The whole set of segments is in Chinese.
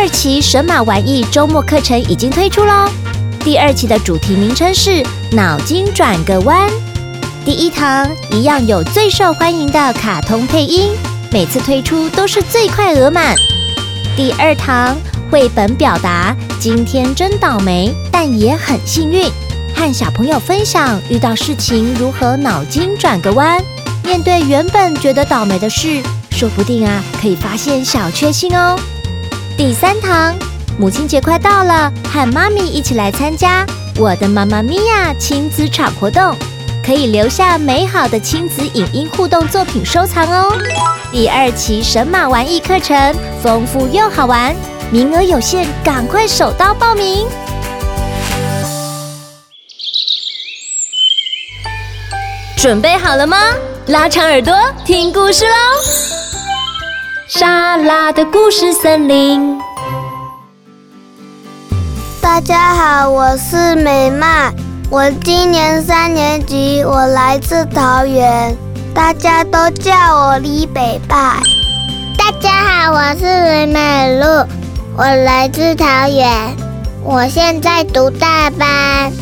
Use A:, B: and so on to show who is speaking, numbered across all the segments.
A: 二期神马玩意周末课程已经推出喽。第二期的主题名称是“脑筋转个弯”。第一堂一样有最受欢迎的卡通配音，每次推出都是最快额满。第二堂绘本表达，今天真倒霉，但也很幸运，和小朋友分享遇到事情如何脑筋转个弯，面对原本觉得倒霉的事，说不定啊可以发现小确幸哦。第三堂母亲节快到了，和妈咪一起来参加我的妈妈咪呀亲子场活动，可以留下美好的亲子影音互动作品收藏哦。第二期神马玩意课程丰富又好玩，名额有限，赶快手刀报名！
B: 准备好了吗？拉长耳朵听故事喽！莎拉的故事森林。
C: 大家好，我是美麦，我今年三年级，我来自桃园，大家都叫我李北拜。
D: 大家好，我是吕美露，我来自桃园，我现在读大班。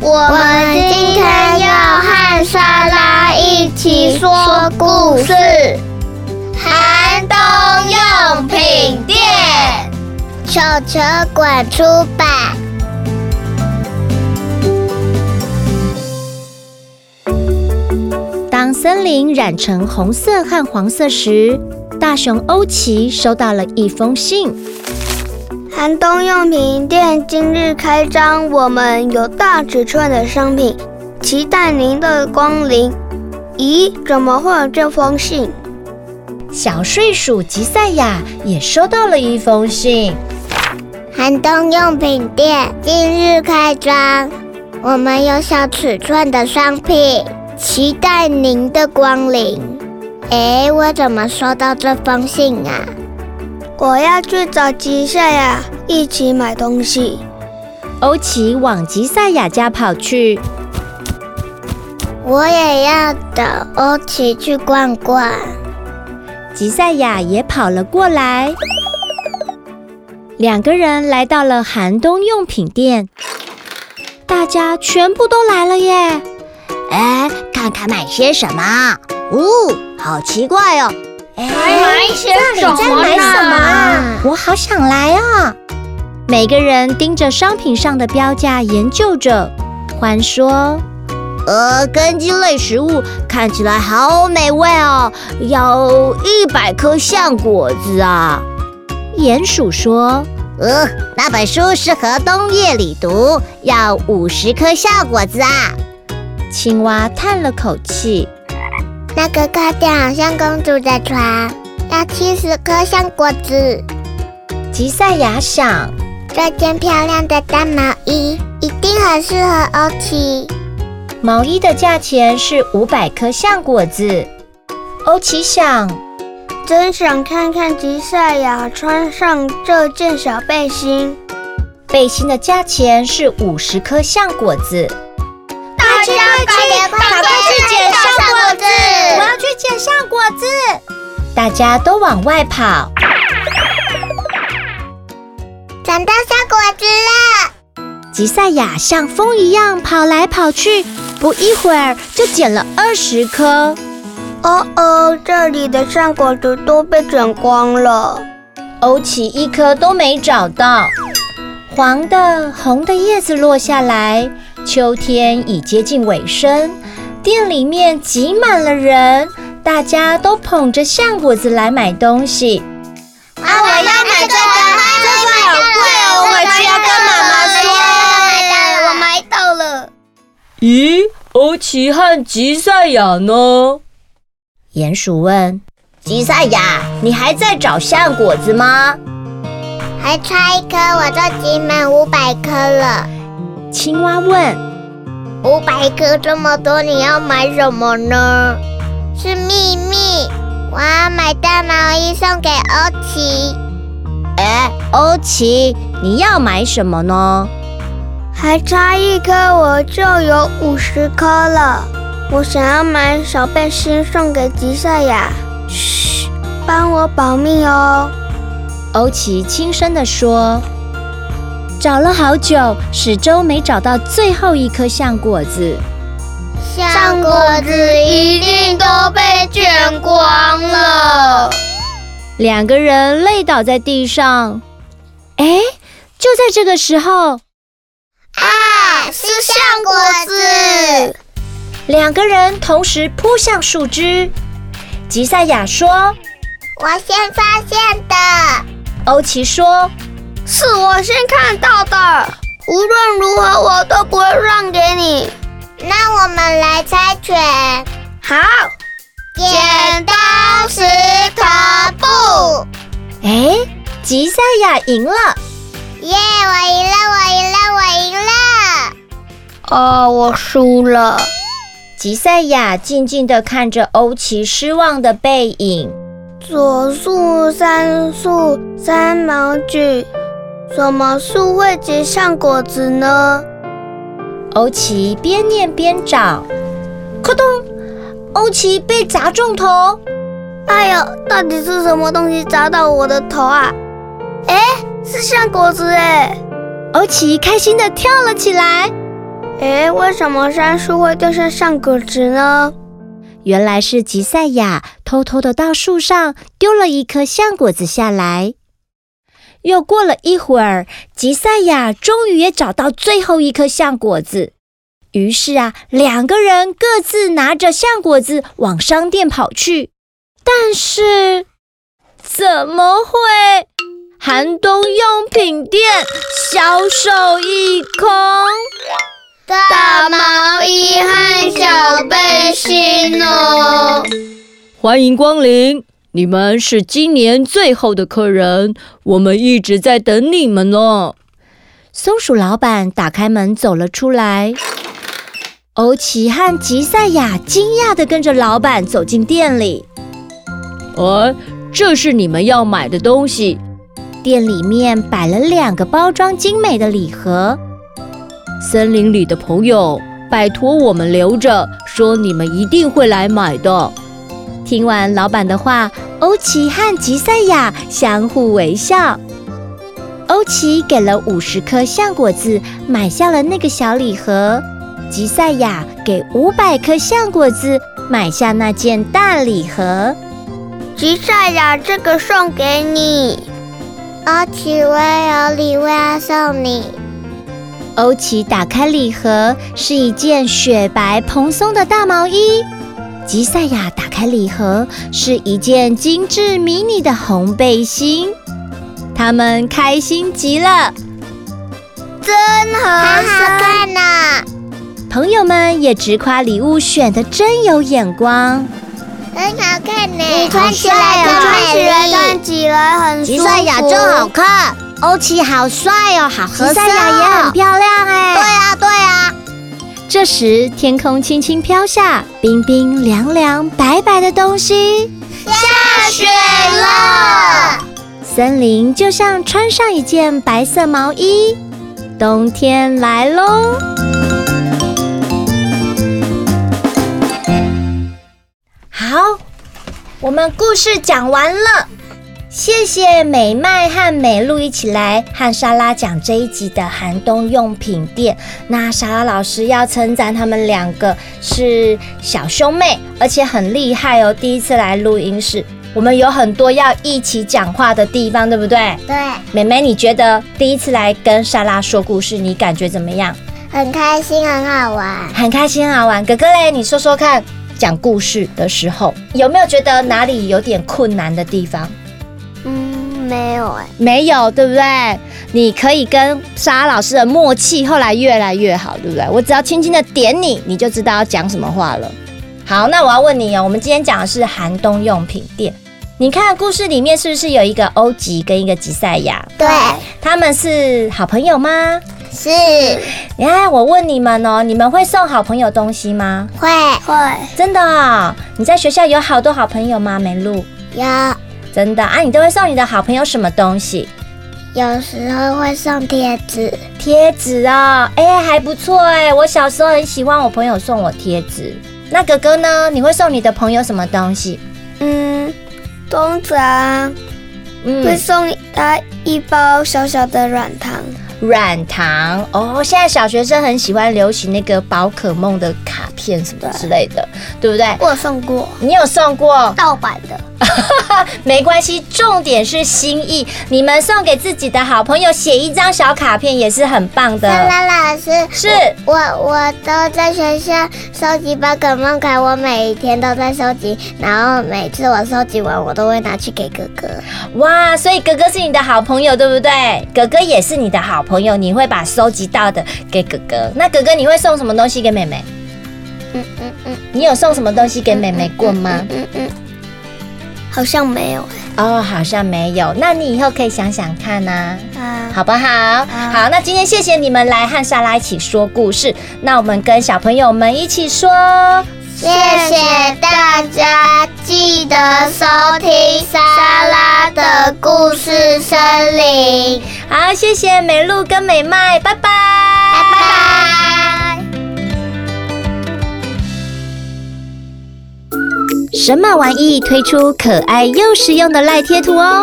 C: 我们今天要和莎拉一起说故事，
D: 寒冬用品店，球球馆出版。
A: 当森林染成红色和黄色时，大熊欧奇收到了一封信。
C: 寒冬用品店今日开张，我们有大尺寸的商品，期待您的光临。咦，怎么会有这封信？
A: 小睡鼠吉赛亚也收到了一封信。
D: 寒冬用品店今日开张，我们有小尺寸的商品，期待您的光临。诶，我怎么收到这封信啊？
C: 我要去找吉赛亚一起买东西。
A: 欧奇往吉赛亚家跑去。
D: 我也要等欧奇去逛逛。
A: 吉赛亚也跑了过来，两个人来到了寒冬用品店，大家全部都来了耶！
E: 哎，看看买些什么？哦，好奇怪哦！哎，
F: 买些什么
E: 在买什么啊？我好想来啊！
A: 每个人盯着商品上的标价研究着。欢说
E: 呃，根茎类食物看起来好美味哦，要一百颗橡果子啊！：“
A: 鼹鼠说，
E: 呃，那本书适合冬夜里读，要五十颗橡果子啊！
A: 青蛙叹了口气。
D: 那个糕点好像公主的床，要七十颗橡果子。
A: 吉赛亚想，
D: 这件漂亮的大毛衣一定很适合欧奇。
A: 毛衣的价钱是五百颗橡果子。欧奇想，
C: 真想看看吉赛亚穿上这件小背心。
A: 背心的价钱是五十颗橡果子。
D: 大家快点快点去捡橡果子！
E: 我要去捡橡果子。
A: 大家都往外跑。
D: 找到橡果子了，
A: 吉赛亚像风一样跑来跑去，不一会儿就捡了二十颗。
C: 哦哦，这里的橡果子都被卷光了。
A: 欧奇一颗都没找到。黄的、红的叶子落下来，秋天已接近尾声，店里面挤满了人，大家都捧着橡果子来买东西。
D: 啊，我要买这个，这个好贵哦，我回去要跟妈妈说。我买到了，
B: 咦，欧奇和吉赛亚呢？
A: 鼹鼠问
E: 吉赛亚，你还在找橡果子吗？
D: 还差一颗，我就集满五百颗了。
A: 青蛙问
D: 五百颗这么多，你要买什么呢？是秘密，我要买大毛衣送给欧奇。
E: 哎，欧奇，你要买什么呢？
C: 还差一颗我就有五十颗了。我想要买小背心送给吉赛亚，嘘，帮我保密哦。
A: 欧奇轻声地说：“找了好久，始终没找到最后一颗橡果子。
D: 像果子一定都被卷光了。”
A: 两个人累倒在地上。哎，就在这个时候，
D: 啊，是橡果子！
A: 两个人同时扑向树枝。吉赛亚说
D: 我先发现的。：“
A: 欧奇说，
C: 是我先看到的。无论如何，我都不会让给你。
D: 那我们来猜拳，
C: 好，
D: 剪刀石头布。
A: 哎，吉赛亚赢了。”
D: 耶、我赢了，我赢了，我赢了！
C: 哦，我输了。
A: 吉赛亚静静地看着欧奇失望的背影。
C: 左树、三树、三毛榉，什么树会结橡果子呢？
A: 欧奇边念边找，扑通！欧奇被砸中头。
C: 哎呦，到底是什么东西砸到我的头啊？哎，是橡果子哎！
A: 欧奇开心地跳了起来。
C: 哎，为什么杉树会掉下橡果子呢？
A: 原来是吉赛亚偷偷地到树上丢了一颗橡果子下来。又过了一会儿，吉赛亚终于也找到最后一颗橡果子。于是啊，两个人各自拿着橡果子往商店跑去。但是，怎么会？寒冬用品店销售一空。
D: 大毛衣和小背心哦。
F: 欢迎光临，你们是今年最后的客人，我们一直在等你们呢。
A: 松鼠老板打开门走了出来。欧奇和吉赛亚惊讶地跟着老板走进店里。
F: 哎，这是你们要买的东西，
A: 店里面摆了两个包装精美的礼盒。
F: 森林里的朋友，拜托我们留着，说你们一定会来买的。
A: 听完老板的话，欧奇和吉赛亚相互微笑。欧奇给了五十颗橡果子，买下了那个小礼盒；吉赛亚给五百颗橡果子，买下那件大礼盒。
C: 吉赛亚，这个送给你。
D: 欧奇，我有礼物要送你。
A: 欧奇打开礼盒，是一件雪白蓬松的大毛衣。吉赛亚打开礼盒，是一件精致迷你的红背心。他们开心极了，
D: 好好看呢、
A: 朋友们也直夸礼物选的真有眼光。
D: 很好看呢、你
E: 穿起来
D: 的
E: 很
C: 穿起来
E: 美丽
C: 看起来很舒
E: 吉
C: 服。
E: 赛亚真好看，欧奇好帅哦，好合
A: 吉
E: 身、哦。
A: 赛亚也很漂亮哎、
E: 对啊，对啊，
A: 这时，天空轻轻飘下冰冰凉凉、白白的东西，
D: 下雪了，
A: 森林就像穿上一件白色毛衣，冬天来喽。好，我们故事讲完了，谢谢美麦和美露一起来和莎拉讲这一集的寒冬用品店。那莎拉老师要称赞他们两个是小兄妹，而且很厉害哦，第一次来录音室。我们有很多要一起讲话的地方，对不对？
D: 对，
A: 美美，你觉得第一次来跟莎拉说故事，你感觉怎么样？
D: 很开心，很好玩。
A: 很开心，很好玩。哥哥嘞，你说说看，讲故事的时候有没有觉得哪里有点困难的地方？
C: 嗯，没有哎。
A: 没有，对不对？你可以跟莎拉老师的默契后来越来越好，对不对？我只要轻轻的点你，你就知道要讲什么话了。好，那我要问你哦，我们今天讲的是寒冬用品店。你看故事里面是不是有一个欧吉跟一个吉赛亚？
D: 对，
A: 他们是好朋友吗？
D: 是
A: 哎，我问你们哦，你们会送好朋友东西吗？
D: 会
C: 会，
A: 真的啊、你在学校有好多好朋友吗？梅露，
D: 有，
A: 真的啊，你都会送你的好朋友什么东西？
D: 有时候会送贴纸。
A: 贴纸哦，哎，还不错哎，我小时候很喜欢我朋友送我贴纸。那哥哥呢？你会送你的朋友什么东西？
C: 嗯嗯，通常会送他一包小小的软糖。
B: 软糖哦，现在小学生很喜欢流行那个宝可梦的卡片什么之类的，对不对？
C: 我有送过
B: 你有送过？
C: 盗版的，
B: 没关系，重点是心意。你们送给自己的好朋友写一张小卡片也是很棒
D: 莎
B: 的，
D: 拉老师，
B: 是
D: 我我都在学校收集宝可梦卡，我每天都在收集，然后每次我收集完，我都会拿去给哥哥。
B: 哇。所以哥哥是你的好朋友，对不对？哥哥也是你的好朋友，你会把收集到的给哥哥。那哥哥你会送什么东西给妹妹？
C: 嗯嗯嗯
B: 你有送什么东西给妹妹过吗？
C: 嗯嗯，好像没有
B: 哦，好像没有。那你以后可以想想看呐、
C: 啊。
B: 好不好？好，那今天谢谢你们来和莎拉一起说故事。那我们跟小朋友们一起说，
D: 谢谢大家，记得收听莎拉的故事森林，
B: 好，谢谢美露跟美麦，拜拜。
D: 拜拜。
A: 什么玩意推出可爱又实用的赖贴图哦？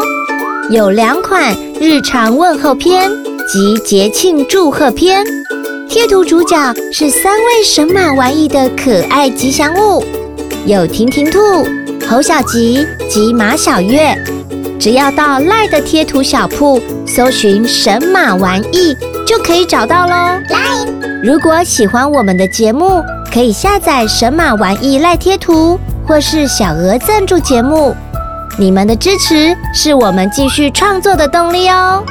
A: 有两款日常问候篇及节庆祝贺篇。贴图主角是三位神马玩意的可爱吉祥物，有婷婷兔、侯小吉及马小月。只要到赖的贴图小铺搜寻“神马玩意”，就可以找到喽。如果喜欢我们的节目，可以下载神马玩意赖贴图，或是小额赞助节目。你们的支持是我们继续创作的动力哦。